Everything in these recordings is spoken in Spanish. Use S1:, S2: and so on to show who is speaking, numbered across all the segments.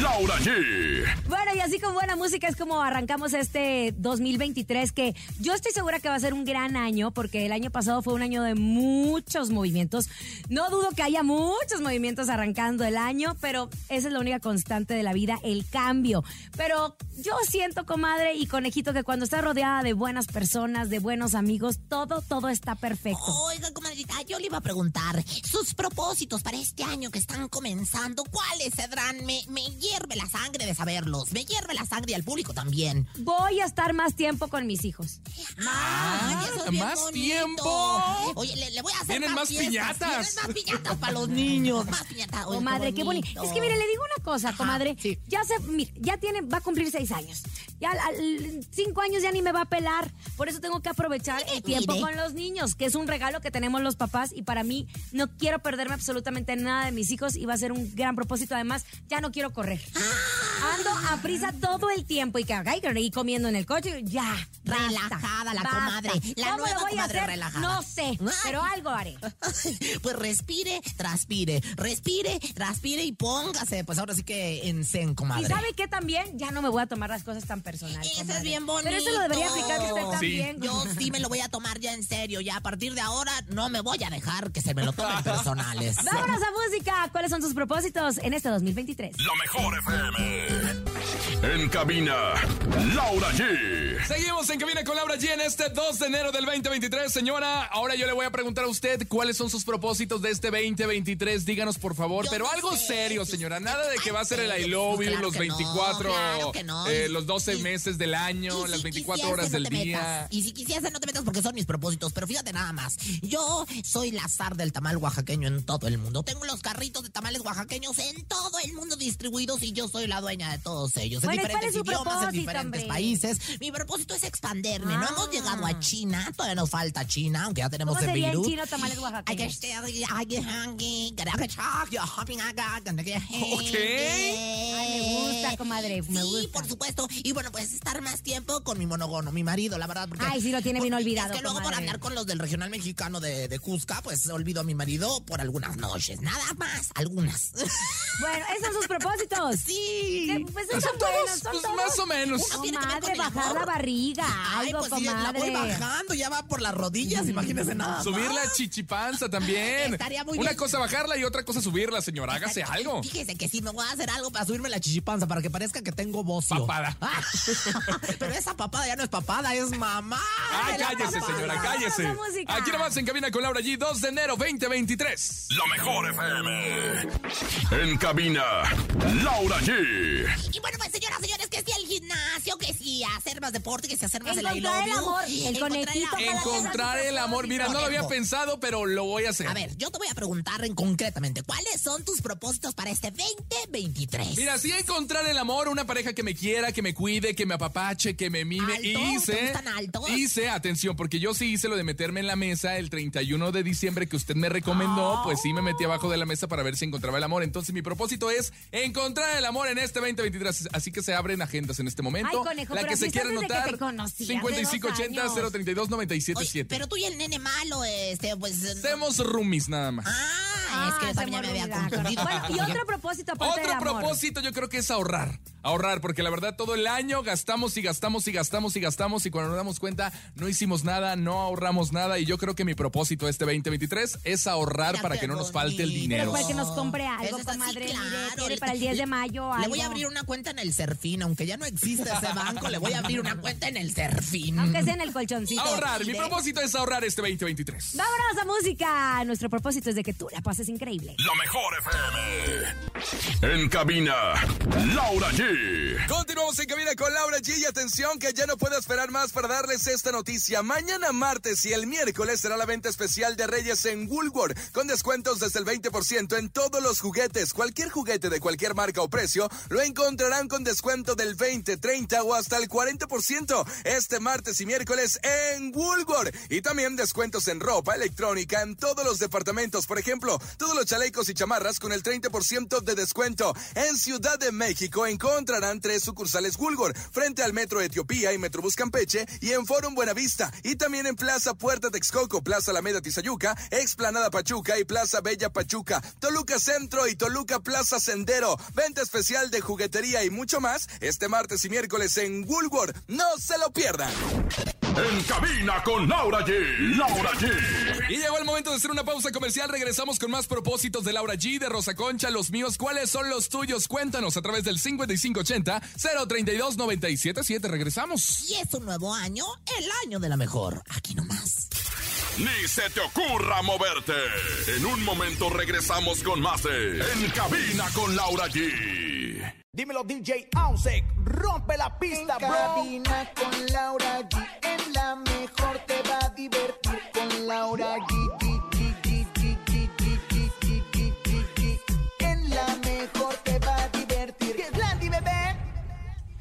S1: Laura G.
S2: Bueno, y así con buena música es como arrancamos este 2023, que yo estoy segura que va a ser un gran año, porque el año pasado fue un año de muchos movimientos. No dudo que haya muchos movimientos arrancando el año, pero esa es la única constante de la vida, el cambio. Pero yo siento, comadre y conejito, que cuando estás rodeada de buenas personas, de buenos amigos, todo, todo está perfecto.
S3: Oiga, comadrita, yo le iba a preguntar sus propósitos para este año que están comenzando. ¿Cuáles serán? Me, me hierve la sangre de saberlos. Me hierve la sangre y al público también.
S2: Voy a estar más tiempo con mis hijos. Ah,
S3: Ay, eso es bien
S4: más
S3: bonito.
S4: tiempo.
S3: Oye, le, le voy a hacer
S4: Vienen más
S3: fiestas.
S4: piñatas.
S3: Vienen más piñatas para los niños. Más piñatas. Ah, Oye,
S2: Comadre, qué bonito. Es que mire, le digo una cosa, comadre.
S3: sí.
S2: Ya se, mire, ya tiene, va a cumplir seis años. Ya al- al- cinco años ya ni me va a pelar. Por eso tengo que aprovechar el tiempo
S3: mire.
S2: con los niños, que es un regalo que tenemos los papás. Y para mí, no quiero perderme absolutamente nada de mis hijos y va a ser un gran propósito. Además, ya no quiero correr.
S3: Ah.
S2: Ando a prisa todo el tiempo y que ay, que- y comiendo en el coche. Ya. basta,
S3: Relajada la comadre. La
S2: ¿Cómo
S3: nueva
S2: lo voy a
S3: comadre
S2: hacer?
S3: relajada.
S2: No sé,
S3: Ay.
S2: pero algo haré.
S3: Pues respire, transpire. Respire, transpire y póngase. Pues ahora sí que en zen, comadre.
S2: Y sabe que también ya no me voy a tomar las cosas tan personales.
S3: Eso es
S2: comadre.
S3: bien bonito.
S2: Pero eso lo debería aplicar usted también.
S3: Yo
S2: comadre.
S3: sí me lo voy a tomar ya en serio. Ya a partir de ahora no me voy a dejar que se me lo tomen personales.
S2: Vámonos a música. ¿Cuáles son sus propósitos en este 2023?
S1: La mejor FM. En cabina, Laura G.
S4: Seguimos en Cabina con Laura G en este 2 de enero del 2023. Señora, ahora yo le voy a preguntar a usted cuáles son sus propósitos de este 2023. Díganos, por favor.
S3: Yo
S4: pero
S3: no
S4: algo
S3: sé,
S4: serio,
S3: sí.
S4: señora. Nada de que
S3: Ay,
S4: va a ser el I
S3: sí,
S4: love you,
S3: claro
S4: los
S3: que no,
S4: 24,
S3: claro que no.
S4: eh, los 12
S3: Y-
S4: meses del año,
S3: Y
S4: las
S3: si
S4: 24
S3: quisieras,
S4: horas
S3: no
S4: del
S3: te metas.
S4: día.
S3: Y si quisieras, no te metas porque son mis propósitos. Pero fíjate nada más. Yo soy la zar del tamal oaxaqueño en todo el mundo. Tengo los carritos de tamales oaxaqueños en todo el mundo distribuidos y yo soy la dueña de todos ellos. En
S2: Bueno, ¿y cuál
S3: diferentes
S2: es su
S3: idiomas, en
S2: propósito,
S3: diferentes
S2: hombre?
S3: países. Mi, pro- propósito es expanderme. No
S2: Ah.
S3: hemos llegado a China, todavía nos falta China, aunque ya tenemos
S2: ¿Cómo
S3: el
S2: sería en
S3: virus.
S2: chino tamales
S3: Ay, que
S2: oaxaqueños?
S3: este- ay, que hangi, que la que chac, yo hopping acá, que no que-
S4: Ok.
S2: Ay, me gusta, comadre, me
S3: Sí,
S2: gusta.
S3: por supuesto. Y bueno, pues estar más tiempo con mi monogono, mi marido, la verdad. Porque,
S2: Ay, sí, lo tiene bien
S3: porque
S2: olvidado,
S3: Es que luego por
S2: comadre.
S3: andar con los del regional mexicano de, de Cusca, pues olvido a mi marido por algunas noches. Nada más, algunas.
S2: Bueno, esos son sus propósitos.
S3: sí.
S2: Que, Pues
S4: Son
S2: son buenos,
S4: todos,
S2: son
S4: pues,
S2: todos.
S4: más o menos.
S3: Una tiene que ver con
S2: Comadre,
S3: el
S2: bajar la
S3: amor.
S2: barriga,
S3: Ay,
S2: algo,
S3: pues sí, la voy
S2: comadre. Mm.
S3: bajando, ya va por las rodillas, imagínese nada.
S4: Subir
S3: más.
S4: la chichipanza también.
S3: Estaría muy
S4: Una
S3: bien.
S4: cosa bajarla y otra cosa subirla, señora. Hágase
S3: Exacto.
S4: algo.
S3: Fíjese que sí, me voy a hacer algo para subirme la chichipanza, para que parezca que tengo bocio.
S4: Papada.
S3: Ah, Pero esa papada ya no es papada, es mamá.
S4: Ah,
S3: La papada.
S4: cállese, señora,
S2: Vamos a la
S4: cállese.
S2: música.
S4: Aquí nomás en Cabina con Laura G, 2 de enero 2023.
S1: La mejor FM. En cabina, Laura G.
S3: Y bueno, pues señoras, señores, que sí al gimnasio, que sí a hacer más deporte, que sí a hacer más el I
S2: Encontrar
S3: love
S2: el
S3: you,
S2: amor, el
S3: encontrar
S2: conejito
S3: amor.
S2: para
S4: Encontrar el amor. Mira, no lo había pensado, pero lo voy a hacer.
S3: A ver, yo te voy a preguntar en concretamente, ¿cuáles son tus propósitos para este 2023?
S4: Mira, sí encontrar el amor, una pareja que me quiera, que me cuide, que me apapache, que me mime.
S3: Alto,
S4: y
S3: ¿te
S4: hice,
S3: gustan altos?
S4: hice, atención, porque yo sí hice lo de meterme en la mesa el 31 de diciembre que usted me
S2: Ah.
S4: recomendó, pues sí me metí abajo de la mesa para ver si encontraba el amor. Entonces mi propósito es encontrar el amor en este 2023. Así que se abren agendas en este momento.
S2: Ay, conejo,
S4: la
S2: pero
S4: que
S2: así
S4: se quiera
S2: estás desde que
S4: anotar,
S2: te conocí, hace dos
S4: 5580-032-977.
S3: Oye, pero tú y el nene malo, este, pues...
S4: Hacemos roomies nada más.
S3: Ah, es que yo
S2: se
S3: también ya me había
S2: olvidado.
S3: confundido.
S2: Bueno, y otro propósito aparte del
S4: Otro
S2: amor.
S4: propósito yo creo que es ahorrar. Ahorrar, porque la verdad todo el año gastamos y gastamos y gastamos y gastamos y cuando nos damos cuenta no hicimos nada, no ahorramos nada y yo creo que mi propósito este 2023 es ahorrar
S3: Mira
S4: para
S3: qué
S4: que no nos falte el
S3: bonito.
S2: Pero
S4: dinero.
S2: cual que nos
S3: No.
S2: compre
S3: Eso
S2: algo,
S3: es así,
S2: comadre. mire,
S3: claro.
S2: quiere para el 10 de mayo
S3: Le voy a
S2: algo.
S3: abrir una cuenta en el Serfín, aunque ya no existe ese banco, le voy a abrir una cuenta en el Serfín.
S2: Aunque sea en el colchoncito.
S4: Ahorrar, mi
S3: Mire.
S4: propósito es ahorrar este 2023.
S2: Vámonos a música. Nuestro propósito es de que tú la pases increíble.
S1: La mejor FM. En cabina, Laura G.
S4: Continuamos en cabina con Laura G y atención que ya no puedo esperar más para darles esta noticia. Mañana martes y el miércoles será la venta especial de Reyes en Woolworth con descuentos desde el 20% en todos los juguetes. Cualquier juguete de cualquier marca o precio lo encontrarán con descuento del 20, 30 o hasta el 40% este martes y miércoles en Woolworth. Y también descuentos en ropa electrónica en todos los departamentos. Por ejemplo, todos los chalecos y chamarras con el 30% de descuento. En Ciudad de México encontrarán tres sucursales Woolworth frente al Metro Etiopía y Metrobús Campeche y en Forum Buenavista y también en Plaza Puerta Texcoco, Plaza Alameda Tizayuca, Explanada Pachuca y Plaza Bella Pachuca, Toluca Centro y Toluca Plaza Sendero. Venta especial de juguetería y mucho más este martes y miércoles en Woolworth. No se lo pierdan.
S1: En cabina con Laura G. Laura G.
S4: Y llegó el momento de hacer una pausa comercial. Regresamos con más propósitos de Laura G, de Rosa Concha, los míos. ¿Cuáles son los tuyos? Cuéntanos a través del 5580-032-977. Regresamos.
S3: Y es un nuevo año, el año de la mejor. Aquí nomás.
S1: Ni se te ocurra moverte. En un momento regresamos con más de En cabina con Laura G.
S5: Dímelo DJ Ausek, rompe la pista, bro.
S6: En cabina con Laura G. En la mejor te va a divertir con Laura G. G, G, G, G, G, G, G, G, G, G, G. En la mejor te va a divertir. ¡Qué grande, bebé!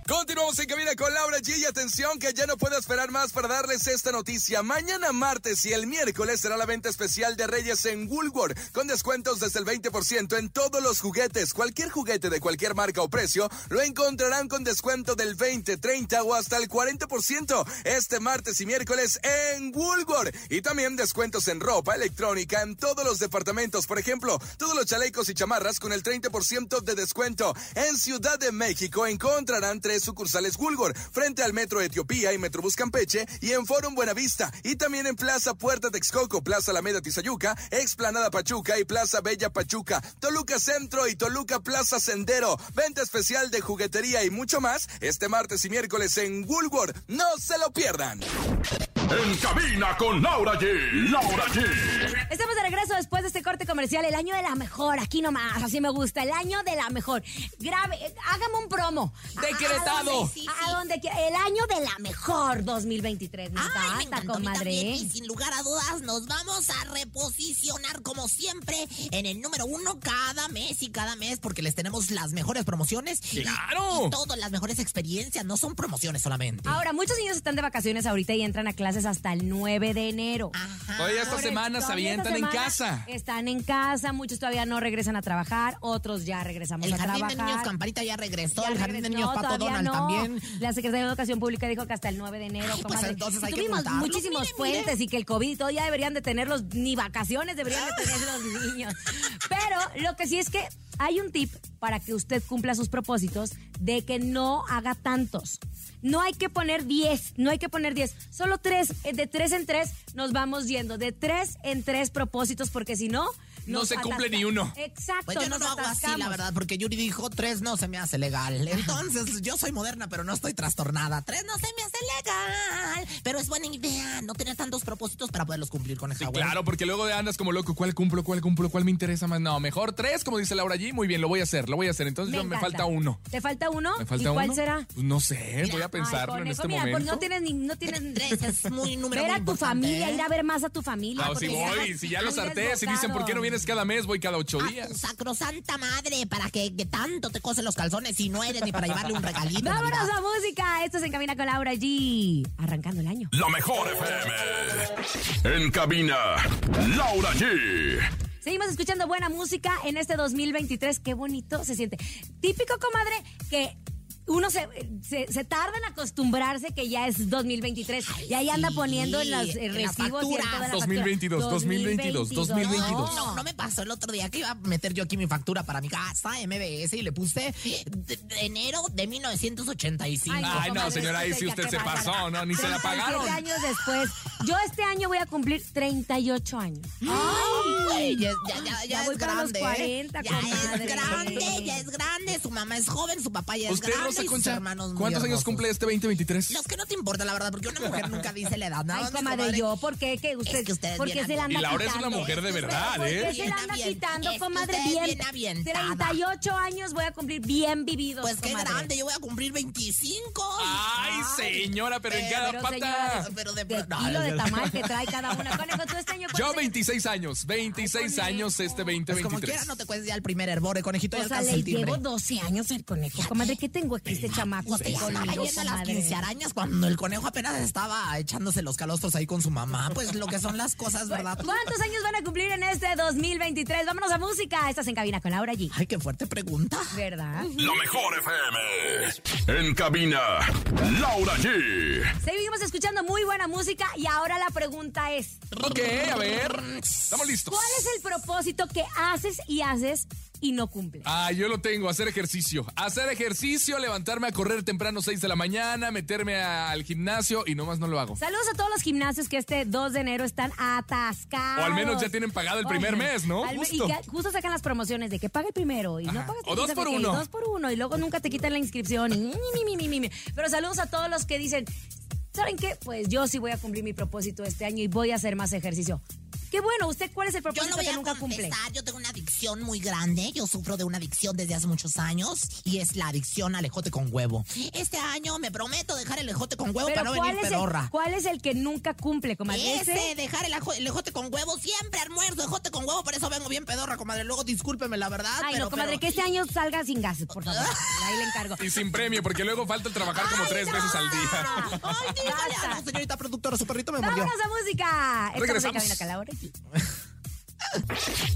S4: Continuamos en cabina con Laura G y atención que ya no puedo esperar más para darles esta noticia. Mañana martes y el miércoles será la venta especial de Reyes en Woolworth con descuentos desde el 20% en todos los juguetes. Cualquier juguete de cualquier marca o precio lo encontrarán con descuento del 20, 30 o hasta el 40% este martes y miércoles en Woolworth y también descuentos en ropa electrónica en todos los departamentos. Por ejemplo, todos los chalecos y chamarras con el 30% de descuento. En Ciudad de México encontrarán tres sucursales Woolworth frente al Metro Etiopía y Metrobús Campeche y en Forum Buenavista y también en Plaza Puerta Texcoco, Plaza Alameda Tizayuca, Explanada Pachuca y Plaza Bella Pachuca, Toluca Centro y Toluca Plaza Sendero. Venta especial de juguetería y mucho más este martes y miércoles en Woolworth. No se lo pierdan.
S1: En cabina con Laura G. Laura G.
S2: Estamos de regreso después de este corte comercial. El año de la mejor. Aquí nomás. Así me gusta. El año de la mejor. Grabe, eh, hágame un promo. A-
S7: Decretado.
S2: A, donde,
S3: Sí, sí.
S2: a donde quiera. El año de la mejor 2023. Me
S3: Ay, me
S2: encanta,
S3: encantó a mí también,
S2: comadre.
S3: y sin lugar a dudas nos vamos a reposicionar como siempre en el número uno cada mes y cada mes porque les tenemos las mejores promociones y-
S7: ¡Claro!
S3: y todas las mejores experiencias, no son promociones solamente.
S2: Ahora, muchos niños están de vacaciones ahorita y entran a clases hasta el 9 de enero.
S3: Ajá.
S7: Todavía esta
S2: Por eso,
S7: semana se
S2: todavía esta
S7: avientan en
S2: semana
S7: casa.
S2: Están en casa, muchos todavía no regresan a trabajar, otros ya regresamos
S3: El
S2: a
S3: jardín
S2: trabajar.
S3: de niños Camparita ya regresó,
S2: Ya
S3: el jardín de
S2: regresó,
S3: niños Pato
S2: todavía
S3: Donald
S2: no.
S3: también.
S2: La Secretaría de Educación Pública dijo que hasta el 9 de enero.
S3: Ay, pues,
S2: comadre.
S3: entonces hay que
S2: Tuvimos
S3: juntarlos.
S2: muchísimos
S3: Mire, mire.
S2: puentes y que el COVID y todo ya deberían de tenerlos, ni vacaciones deberían de tener los niños. Pero lo que sí es que hay un tip para que usted cumpla sus propósitos de que no haga tantos. No hay que poner 10, no hay que poner 10, solo 3, de 3 en 3 nos vamos yendo, de 3 en 3 propósitos, porque si no...
S7: No
S2: nos
S7: se cumple
S2: atasca-
S7: ni uno.
S2: Exacto.
S3: Pues yo
S2: nos
S3: no lo hago así, la
S2: atascamos.
S3: verdad, porque Yuri dijo tres no se me hace legal. Entonces, yo soy moderna, pero no estoy trastornada. Tres no se me hace legal. Pero es buena idea no tener tantos propósitos para poderlos cumplir con esa
S7: Sí,
S3: abuela.
S7: claro, porque luego andas como loco, ¿cuál cumplo, cuál cumplo, cuál me interesa más? No, mejor tres, como dice Laura G. Muy bien, lo voy a hacer, lo voy a hacer. Entonces yo me
S2: encanta.
S7: falta uno.
S2: ¿Te falta uno?
S7: ¿Me falta
S2: ¿Y cuál
S7: uno?
S2: será?
S7: Pues no sé, voy a pensarlo
S2: Ay,
S7: en
S2: conejo,
S7: este
S2: mira,
S7: momento.
S2: Pues no tienes ni... No tienes...
S3: Tres es muy un número
S2: Ver
S3: muy
S2: a tu
S3: importante,
S2: familia,
S3: ¿eh?
S2: ir a ver más a tu familia.
S7: Claro, si
S2: porque ya
S7: voy,
S2: estás
S7: si ya los
S2: muy
S7: harté, si dicen, ¿por qué no
S2: desbocado".
S7: vienes cada mes? Voy cada ocho
S3: ¿eh?
S2: Ah,
S3: A tu
S7: días.
S3: sacrosanta madre para que, que tanto te cosen los calzones y no eres ni para llevarle un regalito. en
S2: ¡Vámonos
S3: Navidad.
S2: a música! Esto se encamina con Laura G. Arrancando el año.
S1: La mejor FM. En cabina, Laura G.
S2: Seguimos escuchando buena música en este 2023. Qué bonito se siente. Típico, comadre, que uno se, se, se tarda en acostumbrarse que ya es 2023. y ahí anda
S3: sí,
S2: poniendo en los eh,
S3: en las
S2: recibos y en toda la factura.
S7: 2022, 2022.
S3: No, no me pasó el otro día que iba a meter yo aquí mi factura para mi casa, MBS, y le puse eh, de- de enero de 1985.
S7: Ay, no,
S2: comadre,
S7: señora, ahí
S2: usted
S7: sí
S2: ya
S7: usted
S2: qué
S7: se
S2: bárbara.
S7: pasó, no, ni se la
S2: 37
S7: pagaron.
S2: años después. Yo este año voy a cumplir 38 años.
S3: Ay, ya, ya, ya, ya
S2: Ya voy
S3: es
S2: para los
S3: grande. ¿eh?
S2: 40,
S3: ya
S2: comadre.
S3: es grande, ya es grande. Su mamá es joven, su papá ya es
S7: Usted,
S3: grande.
S7: Rosa
S3: y sus
S7: Concha,
S3: hermanos muy
S7: ¿cuántos años
S3: hermosos.
S7: cumple este 2023?
S3: Los que no te importa, la verdad, porque una mujer nunca dice la edad. Nada
S2: Ay,
S3: más,
S2: comadre,
S3: comadre,
S2: yo, ¿por qué? Que usted,
S3: Es que usted es
S2: ¿Por
S3: bien
S2: qué se la anda
S7: Y Laura es
S2: quitando?
S7: una mujer de verdad,
S2: ¿Por qué
S7: ¿eh?
S2: se la anda
S3: Bien,
S2: quitando,
S3: bien. Es que
S2: comadre?
S3: usted es
S2: Bien,
S3: bien avientada.
S2: 38 años voy a cumplir bien vividos,
S3: Pues qué
S2: comadre.
S3: grande, yo voy a cumplir 25.
S4: Ah.
S7: Ay, señora, pero en cada
S2: Pero,
S7: pata.
S2: señora,
S3: Pero de-
S2: de
S3: no,
S2: kilo de
S3: no, no.
S2: tamal que trae cada una. Conejo, tú este año...
S7: Yo
S2: ¿cuántos años?
S7: 26 años, 26 años este
S3: Pues como quiera,
S7: 2023.
S3: no te cuentes ya el primer hervor, conejito, ya
S2: O sea,
S3: alcanza
S2: le
S3: el timbre.
S2: Pues, llevo 12 años al conejo. Comadre, ¿qué tengo aquí este chamaco?
S3: Usted
S2: aquí
S3: ya estaba
S2: conmigo,
S3: yendo a las
S2: comadre?
S3: quincearañas cuando el conejo apenas estaba echándose los calostros ahí con su mamá. Pues lo que son las cosas, ¿verdad?
S2: ¿Cuántos años van a cumplir en este 2023? Vámonos a música. Estás en cabina con Laura G.
S3: Ay, qué fuerte pregunta.
S2: ¿Verdad?
S1: La mejor FM. En cabina, Laura G.
S2: Seguimos escuchando muy buena música y ahora la pregunta es,
S7: Ok, a ver, er.
S2: mm,
S7: estamos listos.
S2: ¿cuál es el propósito que haces y haces y no cumples?
S7: Ah, yo lo tengo, hacer ejercicio. Hacer ejercicio, levantarme a correr temprano 6 de la mañana, meterme a- al gimnasio y nomás no lo hago.
S2: Saludos a todos los gimnasios que este 2 de enero están atascados.
S7: O al menos ya tienen pagado el primer mes, ¿no?
S2: al-
S7: Justo.
S2: Y que justo sacan las promociones de que paga el primero y no
S7: Ajá.
S2: pagas
S7: O dos
S2: quién sabe
S7: por
S2: qué, y
S7: uno.
S2: dos por uno y luego nunca te quitan la inscripción. y mi, mi, mi, mi, mi, mi. Pero saludos a todos los que dicen, ¿saben qué? Pues yo sí voy a cumplir mi propósito este año y voy a hacer más ejercicio. Qué bueno, ¿usted cuál es el
S3: Yo no
S2: propósito
S3: voy
S2: que
S3: a
S2: nunca cumple?
S3: confesar, yo tengo una adicción muy grande, yo sufro de una adicción desde hace muchos años y es la adicción al ejote con huevo. Este año me prometo dejar el ejote con huevo para no venir
S2: es el,
S3: pedorra.
S2: ¿cuál es el que nunca cumple, comadre?
S3: Ese, dejar el, ajo- el ejote con huevo, siempre almuerzo, ejote con huevo, por eso vengo bien pedorra, comadre. Luego discúlpeme, la verdad.
S2: Ay,
S3: pero,
S2: no, comadre,
S3: pero-
S2: que este año salga sin gases, por favor. Ahí le encargo.
S7: Y sin premio, porque luego falta trabajar como
S3: ¡Ay,
S7: tres
S3: no!
S7: veces al día.
S3: Ay, dígale a
S2: Basta.
S3: la señorita productora, su perrito me mordió.
S2: ¡Vámonos a música! Estamos en
S7: Regresamos.
S2: Cabina Calabre.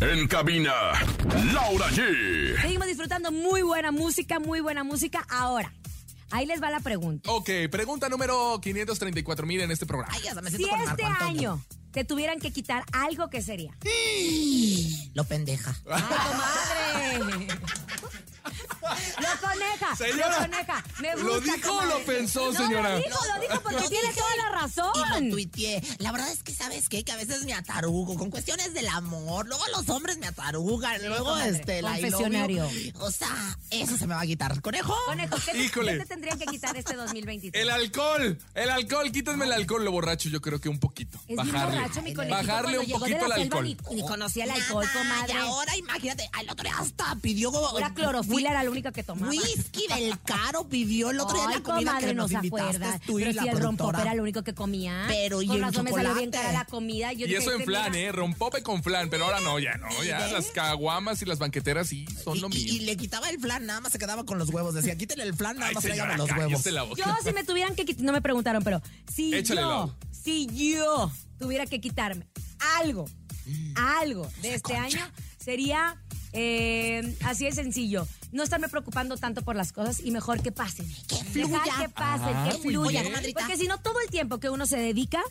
S1: En cabina, Laura G.
S2: Seguimos disfrutando muy buena música, muy buena música. Ahora, ahí les va la pregunta.
S7: Ok, pregunta número 534 mil en este programa.
S3: Ay, ya me
S2: Si
S3: siento con
S2: este
S3: Marco Antonio.
S2: año te tuvieran que quitar algo, ¿qué sería?
S3: Lo pendeja.
S2: ¡Ay, comadre! Lo coneja.
S7: Señora,
S2: lo coneja. Me
S7: ¿lo
S2: gusta
S7: dijo
S2: cómo
S7: o lo
S2: es.
S7: pensó,
S2: No,
S7: señora?
S2: lo dijo, lo dijo porque
S3: Lo
S2: tiene
S3: dije
S2: toda la
S3: Y lo
S2: razón.
S3: tuiteé. La verdad es que, ¿sabes qué? Que a veces me atarugo con cuestiones del amor. Luego los hombres me atarugan. luego,
S2: comadre.
S3: este, la I love you.
S2: Confesionario.
S3: O sea, eso se me va a quitar. ¿Conejo?
S2: Conejo, ¿qué te,
S7: Híjole.
S2: qué te tendrían que quitar este 2023?
S7: El alcohol, el alcohol, quítenme el alcohol, lo borracho, yo creo que un poquito.
S2: Es
S7: bajarle.
S2: bien borracho mi conejito.
S7: bajarle
S2: cuando
S7: un
S2: llegó de
S7: poquito
S2: la
S7: al
S2: selva
S7: alcohol.
S2: Ni, ni conocía el alcohol,
S3: Nada,
S2: comadre.
S3: Y ahora imagínate, al otro día hasta pidió como-
S2: Pura clorofila era la única que tomaba.
S3: Whisky del caro pidió el otro día en
S2: Ay,
S3: la comida
S2: comadre,
S3: que
S2: no
S3: nos
S2: se
S3: invitaste
S2: acuerda.
S3: tú y
S2: Pero
S3: la
S2: si el rompope
S3: productora.
S2: era lo único que comía.
S3: Pero, ¿y
S2: Con
S3: el
S2: razón me salió bien
S3: chocolate?
S2: cara la comida. Yo
S7: Y
S2: dije,
S7: eso en
S2: este,
S7: plan,
S2: mira,
S7: ¿eh? Rompope con flan, pero ahora no, ya no, ya.
S3: ¿Ves?
S7: Las caguamas y las banqueteras sí son
S3: Y,
S7: lo
S3: y- y
S7: mismo.
S3: le quitaba el flan, nada más se quedaba con los huevos. Decía, quítale el flan, nada
S7: Ay,
S3: más
S7: señora,
S3: tráigame los huevos.
S7: cállese la boca.
S2: Yo si me tuvieran que quitar, no me preguntaron, pero si
S7: Échale,
S2: yo,
S7: Lau.
S2: si yo tuviera que quitarme algo, algo de este año, sería eh, así de sencillo. No estarme preocupando tanto por las cosas y mejor que pasen.
S3: Que
S2: Dejar
S3: fluya.
S2: que pasen,
S7: Ah,
S2: que
S7: muy
S2: fluya.
S3: bien. Oye,
S2: Porque si no, todo el tiempo que uno se dedica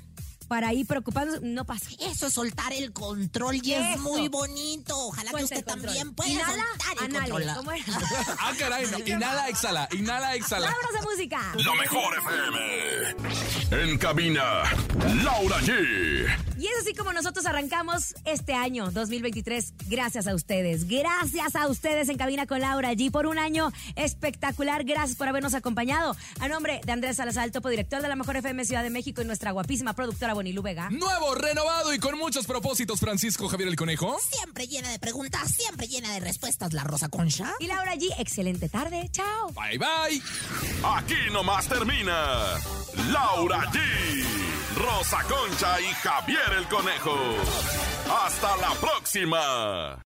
S2: para ir preocupándose, no pasa.
S3: Eso es soltar el control y es
S2: Eso.
S3: muy bonto. Ojalá que
S2: Suelta el
S3: usted
S2: control.
S3: también pueda
S2: Inhala,
S3: soltar el
S2: anale,
S3: control.
S2: ¿cómo era?
S7: Ah, caray, no. Inhala, exhala, inhala, exhala.
S2: ¡Vámonos de música!
S1: La mejor FM. En cabina, Laura G.
S2: Y es así como nosotros arrancamos este año 2023. Gracias a ustedes. Gracias a ustedes en Cabina con Laura G por un año espectacular. Gracias por habernos acompañado. A nombre de Andrés Salazar, el topo director de la Mejor FM Ciudad de México y nuestra guapísima productora Bonilu Vega.
S7: Nuevo, renovado y con muchos propósitos, Francisco Javier el Conejo.
S3: Siempre llena de preguntas, siempre llena de respuestas, la Rosa Concha.
S2: Y Laura G, excelente tarde. Chao.
S7: Bye, bye.
S1: Aquí nomás termina. Laura G. Rosa Concha y Javier el Conejo. Hasta la próxima.